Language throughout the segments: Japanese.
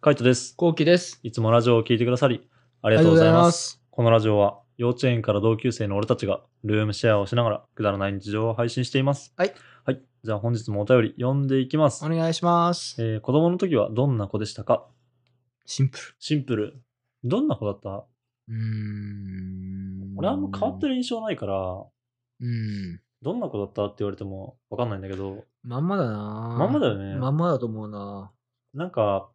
カイトです。こうきです。いつもラジオを聞いてくださり、ありがとうございます。。このラジオは、幼稚園から同級生の俺たちが、ルームシェアをしながら、くだらない日常を配信しています。はい。はい。じゃあ本日もお便り読んでいきますお。願いします。えー、子供の時はどんな子でしたかシンプル。シンプル。どんな子だったうーん俺あんま変わってる印象ないから、うん。どんな子だったって言われてもわかんないんだけど、まんまだなまんまだよねまんまだと思うななんか、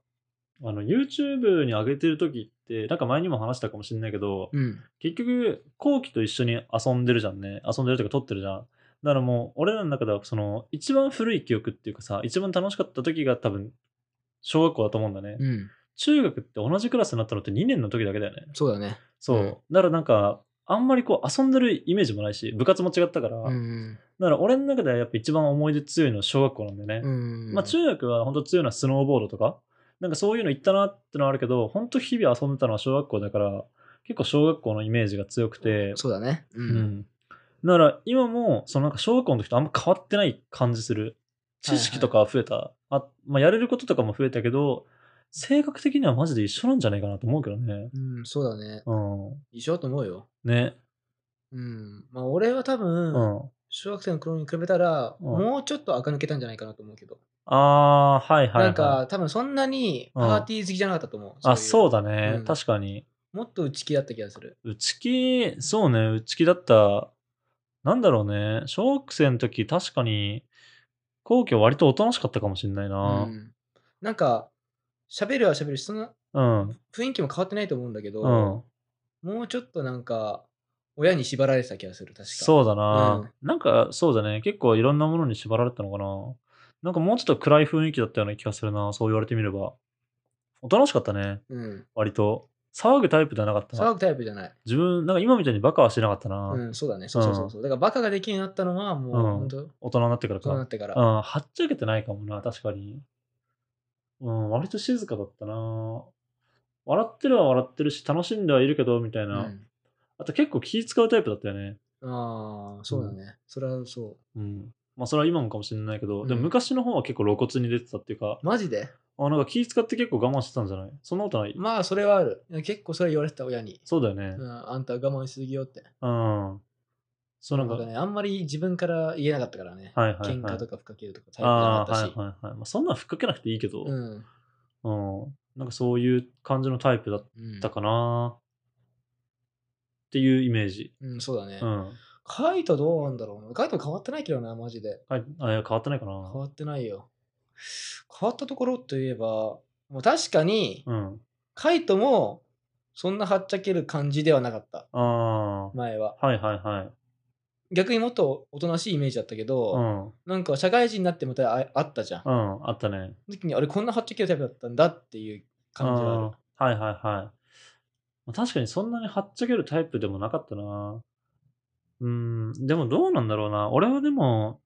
あの、YouTube に上げてる時って、なんか前にも話したかもしれないけど、うん。結局、後期と一緒に遊んでるじゃんね。遊んでるというか撮ってるじゃん。だからもう、俺らの中では、その、一番古い記憶っていうかさ、一番楽しかった時が多分、小学校だと思うんだね。うん。中学って同じクラスになったのって2年の時だけだよね。そうだね。そう。うんだからなんか、あんまりこう遊んでるイメージもないし、部活も違ったから、うん。だから俺の中ではやっぱ一番思い出強いのは小学校なんだよね。うん。まあ、中学は本当強いのはスノーボードとか、なんかそういうの行ったなってのはあるけど、本当日々遊んでたのは小学校だから、結構小学校のイメージが強くて、そうだね。うう。ん。だから今も、そのなんか小学校の時とあんま変わってない感じする。知識とかは増えた。あまあ、やれることとかも増えたけど、性格的にはマジで一緒なんじゃないかなと思うけどね。うん、そうだね。うん。一緒だと思うよ。ね。うん。まあ、俺は多う分、ん。あ小学生の頃に比べたら、うんもうちょっと垢抜けたんじゃないかなと思うけど。あー、はいはい、はい。なんか、多分そんなにパーティー好きじゃなかったと思う。あ、そうだ。だね。うん確かに。もっと内気だった気がする。内気、そうね、内気だった。なんだろうね、小学生の時、確かに、皇居割とおとなしかったかもしれないうな。ん。なんか、喋るは喋るし、そんな、うん。うん。雰囲気も変わってないと思うんだけど、うんもうちょっとなんか親に縛られてた気がする確かそうだな、うなんか、そうだね。結構いろんなものに縛られてたのかな。なんかもうちょっと暗い雰囲気だったような気がするな。そう言われてみれば。おとなしかったね、う、うん、割と。騒ぐタイプじゃなかった騒な。ぐタイプじゃない、自分、なんか今みたいにバカはしてなかったな。うん、そうだねそうそうそうそうだからバカができるようになったのはもう、うん本当大人になってからか。そうなってから、うん、はっちゃけてないかもな、確かに。うん、割と静かだったな。笑ってるは笑ってるし、楽しんではいるけど、みたいな。うんあと結構気使うタイプだったよね。ああそうだね、それはそうん。まあそれは今もかもしれないけど、でもうん昔の方は結構露骨に出てたっていうかう、マジであ、なんか気使って結構我慢してたんじゃないそんなことない、まあそれはある結構それ言われてた親に、そうだよねう。ん、あんた我慢しすぎよってうん。そうななんんか、かねあんまり自分から言えなかったからね、はいはいはい喧嘩とかふっかけるとかタイプじゃなああ、かったはいし、はいはい。まあ、そんなんふっかけなくていいけど、ううんんなんかそういう感じのタイプだっうんたかな。っていうイメージ。うん、そうだね、うん。カイトどうなんだろうなカイト変わってないけどなマジではい、あいや変わってないか変な。わってないよ。変わったところといえば、もう確かに、うん。カイトもそんなはっちゃける感じではなかった、あ前は。あ。はいはいはい。逆にもっとおとなしいイメージだったけど、うん。うん。なんか社会人になってまたああったじゃん。そあったね。の時に、あれ、こんなはっちゃけるタイプだったんだっていう感じがある。あーはいはいはい。まあ確かにそんなにはっちゃけるタイプでもなかったな。うん。でもどうなんだろうな。俺はでも、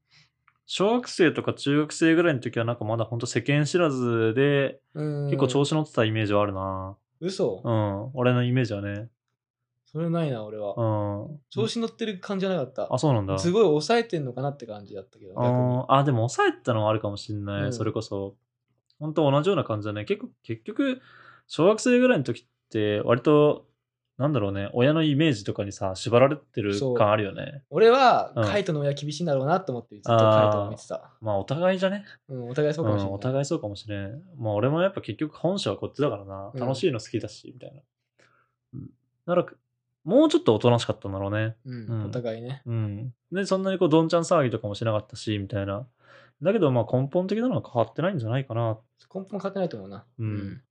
小学生とか中学生ぐらいの時はなんかまだほんと世間知らずで、うん結構調子乗ってたイメージはあるな。嘘、うん。俺のイメージはね。それないな、俺は。うん。調子乗ってる感じじゃなかった。あ、そうなんだ。すごい抑えてんのかなって感じだったけど、逆にあーあ、でも抑えてたのはあるかもしれない、うんそれこそ。本当同じような感じだね。結構結局、小学生ぐらいの時って、割と、なんだろうね、親のイメージとかにさ、縛られてるそう感あるよね。俺は、うんカイトの親厳しいんだろうなと思って、ずっとあーカイトを見てた。まあ、お互いじゃね。うん、お互いそううかもしれん、ない。お互いそうかもしれん。まあ、俺もやっぱ結局本性はこっちだからな。うん楽しいの好きだし、みたいな。うんだから、もうちょっとおとなしかったんだろうね。うんうんお互いね。うん。で、そんなにこう、どんちゃん騒ぎとかもしなかったし、みたいな。だけど、まあ、根本的なのは変わってないんじゃないかな、根本変わってないと思うな。うん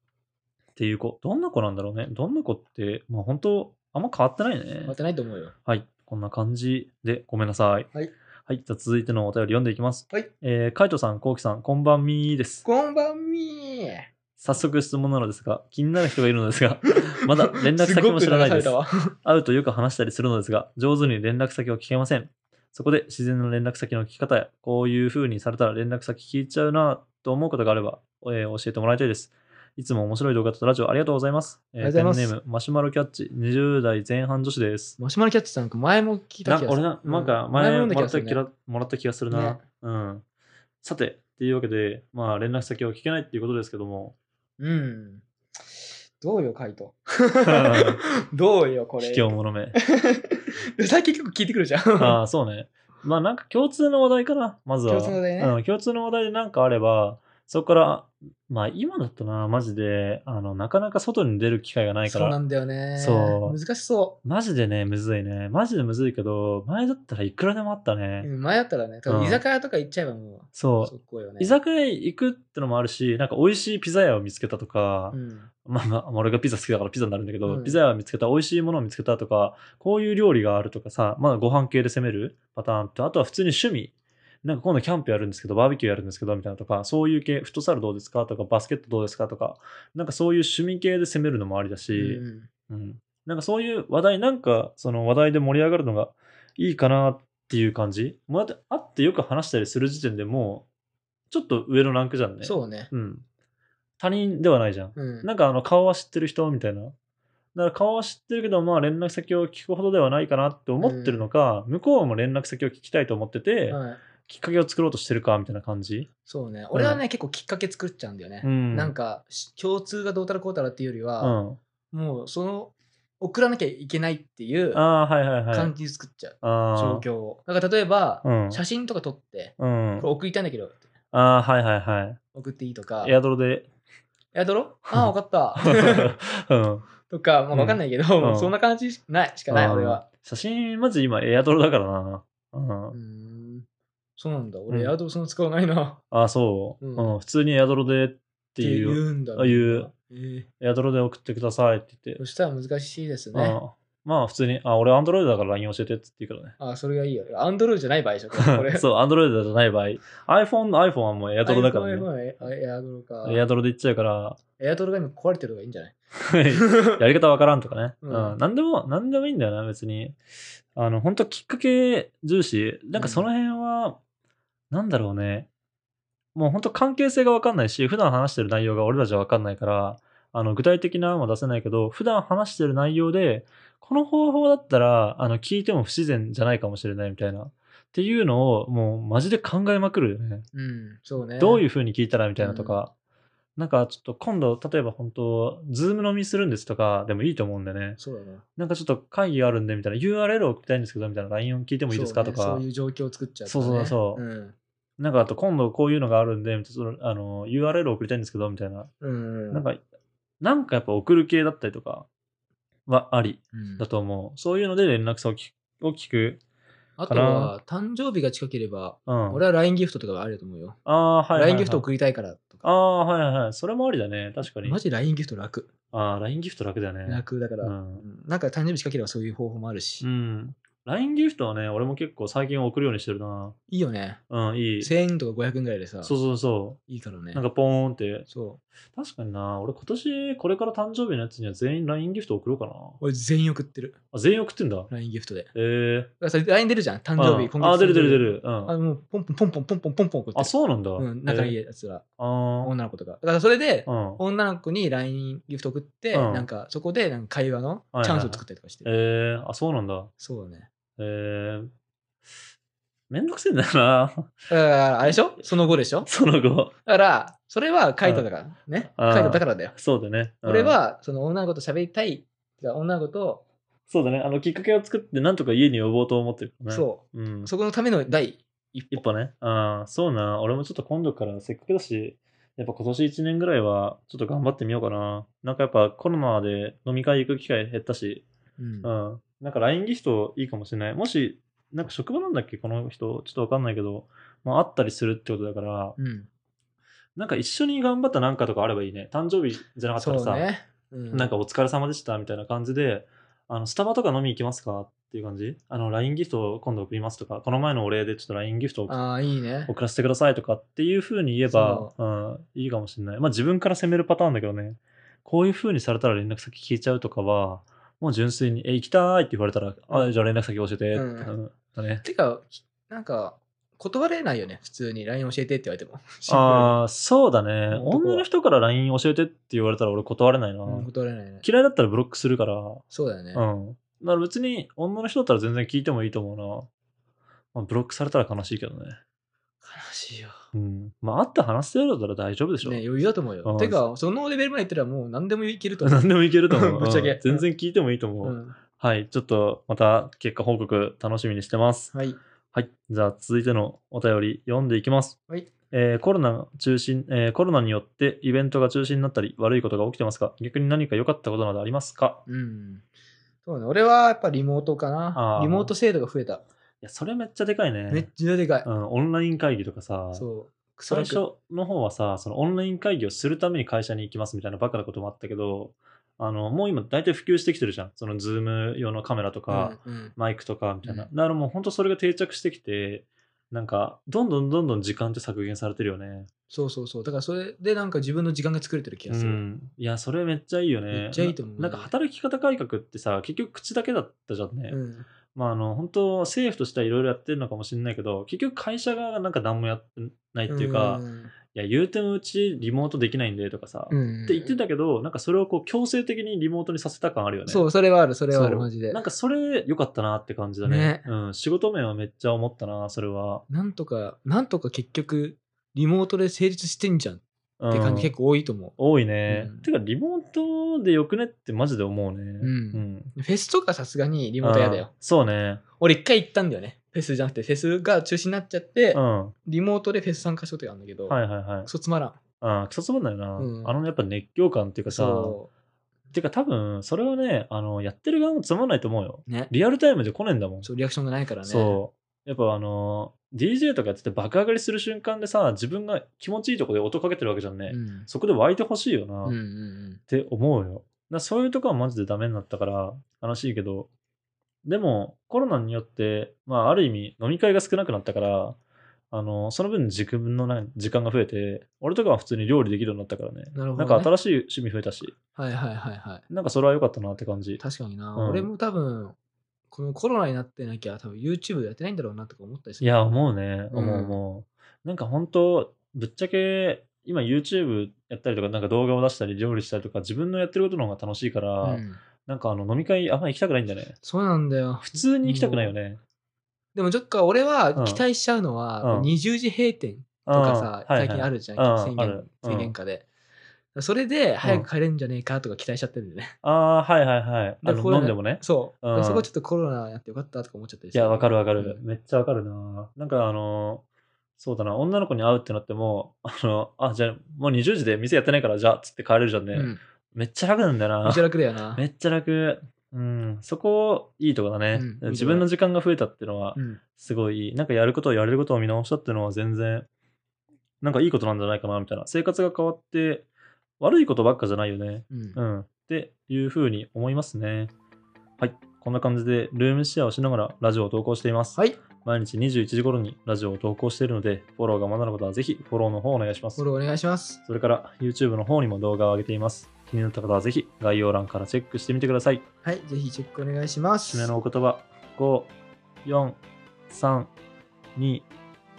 っていう子。どんな子なんだろうね。どんな子って、まあ、本当あんま変わってないね変わっ。てないと思うよ。はい。こんな感じで、ごめんなさい。はい。はい。じゃあ続いてのお便り読んでいきます。はい。えー、カイトさん、コウキさん、こんばんみーです。こんばんみー早速質問なのですが、気になる人がいるのですが、まだ連絡先も知らないですすごく流されたわ会うとよく話したりするのですが、上手に連絡先を聞けません。そこで自然の連絡先の聞き方や、こういう風にされたら連絡先聞いちゃうなと思うことがあれば、えー教えてもらいたいです。いつも面白い動画とラジオありがとうございます。えーありがとうござペいンネますーム、マシュマロキャッチ、20代前半女子です。マシュマロキャッチさん、前も聞いたな気がす俺る。な、なんかう前ももらっすたる気ねがもらった気がするな。ね うん。さて、っていうわけで、まあ連絡先を聞けないっていうことですけども、うん。どうよ、カ イト。どうよ、これ卑。怯者め。で最近結構聞いてくるじゃん。 ああ、そうね。まあなんか共通の話題かな、まずは。共通の話題ねうん、共通の話題でなんかあれば、そこから、まあ今だったな、マジで、あの、なかなか外に出る機会がないかそうなら、んだよね。そう難しそマジでね、むずいね。マジでむずいけど、前だったらいくらでもあったね。う。うん前だったらね、多う分ん居酒屋とか行っちゃえばもう、そう。そこよね。居酒屋行くってのもあるし、なんか美味しいピザ屋を見つけたとかう、ん。まあまあ、俺がピザ好きだからピザになるんだけど、うんピザ屋を見つけた、美味しいものを見つけたとか、こういう料理があるとかさ、まあご飯系で攻めるパターンと、あとは普通に趣味。なんか今度キャンプやるんですけど、バーベキューやるんですけど、みたいなとか、そういう系、フットサルどうですかとか、バスケットどうですかとか、なんかそういう趣味系で攻めるのもありだし、ううんん、なんかそういう話題、なんかその話題で盛り上がるのがいいかなっていう感じ。もうだって会ってよく話したりする時点でもう、ちょっと上のランクじゃんね。そうね。う。ん。他人ではないじゃん。うん。なんかあの顔は知ってる人みたいな。だから顔は知ってるけど、まあ連絡先を聞くほどではないかなって思ってるのか、向こうも連絡先を聞きたいと思ってて、はいきっかけを作ろうとしてるかみたいな感じ。そうね。俺はね、結構きっかけ作っちゃうんだよね。うんなんか、し共通がどうたらこうたらっていうよりうは、ん。もうその、送らなきゃいけないっていうああ、はいはいはい。感じ作っちゃう。あ状ー況を。だから例えば、うん写真とか撮って、うんこれ。送りたいんだけど、ああー、はいはいはい。送っていいとか、エアドロ で。やどろああ、分 かった。うん。とか、まあ、分かんないけど、うんそんな感じしないしかない、俺は。うん。写真、まず今エアドロだからな。うんうーん。そうなんだ。俺、うんエアドロそんな使わないな。っああ、そう、ううんん。普通にエアドロでってて言いう、うんだ。あいうえーエアドロで送ってくださいって言ってそ。したら難しいですうね。んまあ普通に、あ、俺アンドロイドだから LINE 教えてって言うからね。ああ、それがいいよ。アンドロイドじゃない場 合でしょ、これ。そう、アンドロイドじゃない場合。iPhone の iPhone はもうエアドロだからね。ね。エアドロか。エアドロで言っちゃうから、エアドロが今壊れてるのがいいんじゃない やり方わからんとかね。うんうん。なんでも、なんでもいいんだよな、別に。あの、本当きっかけ重視。なんかその辺は、なんだろうね。もう本当関係性がわかんないし、普段話してる内容が俺らじゃわかんないから、あの、具体的な案は出せないけど、普段話してる内容で、この方法だったら、あの、聞いても不自然じゃないかもしれないみたいな。っていうのを、もうマジで考えまくるよね。うん、そうね。どういう風に聞いたらみたいなとか、なんかちょっと今度、例えば本当、ズーム飲みするんですとかでもいいと思うんでね、そうだな。なんかちょっと会議があるんでみたいな、URL を送りたいんですけどみたいな、LINE を聞いてもいいですかそうとねか、そういう状況を作っちゃうとね。そうそうそううん。なんかあと今度こういうのがあるんで、そのあの URL を送りたいんですけどみたいな、うん。なんか、なんかやっぱ送る系だったりとかはありうんだと思う。そういうので連絡先を聞く。を聞くあとは、誕生日が近ければ、うん。俺は LINE ギフトとかがあると思うよ。ああー、はいはい、はい。 LINE ギフト送りたいからとあか。あー、はいはいはい。それもありだね。確かにマ。ジ LINE ギフト楽。ああ、LINE ギフト楽だよね。楽だかうら。ん。なんか誕生日近ければそういう方法もあるしう。ん。LINE ギフトはね、俺も結構最近送るようにしてるな。いいよね。うん、いい。そ1000円とか500円ぐらいでさう、そうそいいからねう。なん。かポーンって。そう。確かにな、俺今年これから誕生日のやつには全員 LINE ギフト送ろうかな。俺全員送ってる。あ、全員送ってんだ。 LINE ギフトで。えー。だからさ LINE 出るじゃん。誕生日、ああ、出る出る出る。る。うん。あもうポンポンポンポンポンポンポンポン送ってるあ、そうなんだ。うん、仲いいえーやつら、あー女の子とか。だからそれで、うん。女の子に LINE ギフト送って、うんなんかそこでなんか会話のチャンスを作ったりとかしてる。えー、あ、そうなんだ。そうだね。えー。めんどくせえんだよな、 だから、あれでしょその後でしょその後。だから、それはカイトだから、ね。あーカイトだからだよ。そうだね。うん俺、は、その女の子と喋りたい。てか女の子と、そうだね。あの、きっかけを作って、なんとか家に呼ぼうと思ってる、ね。。そううんう、。そこのための第一一歩。歩ね。ああ、そうな。俺もちょっと今度からせっかくだし、やっぱ今年1年ぐらいはちょっと頑張ってみようかな。なんかやっぱコロナで飲み会行く機会減ったし、うんうん。なんか LINE ギフトいいかもしれない。もし、なんか職場なんだっけこの人、ちょっとわかんないけど、まあ会ったりするってことだから、うん。なんか一緒に頑張ったなんかとかあればいいね。誕生日じゃなかったそらうさ、ね。うんなんかお疲れ様でしたみたいな感じで、あのスタバとか飲み行きますかっていう感じあの LINE ギフト今度送りますとか、この前のお礼でちょっと LINE ギフト送っああ、いい ね。送らせてくださいとかっていう風に言えば、うん、いいかもしれない。まあ自分から攻めるパターンだけどね、こういう風にされたら連絡先聞いちゃうとかは、もう純粋に、え、行きたいって言われたら、うあんじゃあ連絡先教えて、うんうんだね。てか、なんか、断れないよね。普通に LINE 教えてって言われても。ああ、そうだね。男は女の人から LINE 教えてって言われたら俺断れないな。うん断れないね。嫌いだったらブロックするから、うそうだよね。ん。だから別に女の人だったら全然聞いてもいいと思うな。まあ、ブロックされたら悲しいけどね。悲しいよ。うん。まあ、会って話せるだったら大丈夫でしょ。ね、余裕だと思ううよ。んてか、そのレベルまでいったらもう何でもいけると思う。何でもいけると思う。 ぶっちゃけうん全然聞いてもいいと思う。うん、はい。ちょっと、また結果報告楽しみにしてます。はい。はい。じゃあ、続いてのお便り読んでいきます。はいえーコロナが中心、えーコロナによってイベントが中止になったり、悪いことが起きてますが、逆に何か良かったことなどありますかうん。そうね。俺はやっぱリモートかあ。なーリモート制度が増えた。いや、それめっちゃでかいね。めっちゃでかい。うん、オンライン会議とかさ、そう。クソ最楽初の方はさ、そのオンライン会議をするために会社に行きますみたいなバカなこともあったけど、あの、もう今大体普及してきてるじゃん。そのズーム用のカメラとか、うんうんマイクとかみたいな。うだからもう本当それが定着してきて、なんか、どんどんどんどん時間って削減されてるよね。そうそうそう。だからそれでなんか自分の時間が作れてる気がうする。ん。いや、それめっちゃいいよね。めっちゃいいと思うねな。なんか働き方改革ってさ、結局口だけだったじゃんね。うんまあ、あの、本当政府としてはいろいろやってるのかもしれないけど、結局会社側がなんか何もやってないっていうか、いんや、言うてもうちリモートできないんでとかさ、うんって言ってたけど、なんかそれをこう強制的にリモートにさせた感あるよね。そう、それはある、それはある、そうマジでなん。かそれ良かったなって感じだねねうん。仕事面はめっちゃ思ったな、それは。なんとか、なんとか結局、リモートで成立してんじゃんって感じうん結構多いと思多いね。うんてか、リモートでよくねってマジで思うね。う。う。うんん。フェスとかさすがにリモートやだあーよ。。そうね。俺一回行ったんだよね。フェスじゃなくて、フェスが中止になっちゃってう、ん。はリモートでフェス参加したことがあるんだけど、いはいはいク。ソつまらん。ああ、くそつまんないな。うんあの、やっぱ熱狂感っていうかさ、そてか多分、それはね、あの、やってる側もつまんないと思うよ。う。ね。リアルタイムで来ねえんだもん。そう、リアクションがないからね。そう。やっぱあの、DJ とかやってて爆上がりする瞬間でさ、自分が気持ちいいとこで音かけてるわけじゃんね。うん。そこで湧いてほしいよな、うんうっんて思うよ。だそういうとこはマジでダメになったから悲しいけど、でもコロナによって、まあある意味飲み会が少なくなったから、あの、その分自分のな時間が増えて、俺とかは普通に料理できるようになったからね。なるほどねんか新しい趣味増えたし、うん。はいはいはいはい。なんかそれは良かったなって感じ。確かにな、うん俺も多分このコロナになってなきゃ多分 YouTube やってないんだろうなとか思ったりすいるや、思うね。うん思う思う。なんか本当、ぶっちゃけ、今 YouTube やったりとか、なんか動画を出したり、料理したりとか、自分のやってることの方が楽しいから、うんなんかあの飲み会あんま行きたくないんだね。そうなんだよ普通に行きたくないよね。でもちょっと俺うはん期待しちゃうのうは、ん20時閉店とかさ、うん最近あるじゃん、はいはい宣うんあ言るうん宣言下で、それで早く帰れんじゃねえかとか期待しちゃってるんだよね、ああー、はいはいはい。あでこうのいう飲んでもね。そう、うんそこちょっとコロナやってよかったとか思っちゃったりいや、わかるわかる。うんめっちゃわかるな。なんかあの、そうだな、女の子に会うってなっても、 あの、あ、じゃあもう20時で店やってないから、じゃあ、つって帰れるじゃんね。うんめっちゃ楽なんだよな。めっちゃ楽だよなめっちゃ楽。うん、そこ、いいとこだね、うん自分の時間が増えたっていうのはう、んすごいいい、なんかやることをやれることを見直したっていうのは全然、なんかいいことなんじゃないかな、みたいな。生活が変わって、悪いことばっかじゃないよね。うんうん、っていうふうに思いますね。はい、こんな感じでルームシェアをしながらラジオを投稿しています。はい毎日21時頃にラジオを投稿しているので、フォローがまだの方はぜひフォローの方お願いしまフすォ。ローお願いしますそれから YouTube の方にも動画を上げています。気になった方はぜひ概要欄からチェックしてみてください。はいぜひチェックお願いします締めのお言葉、5、4、3、2、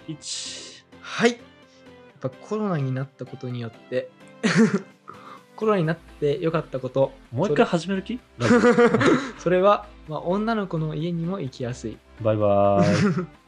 1。はい。やっぱコロナになったことによって、 コロナになって良かったこと、もう一回始める気ラジそれは、まあ、女の子の家にも行きやすい。オバイバーイ。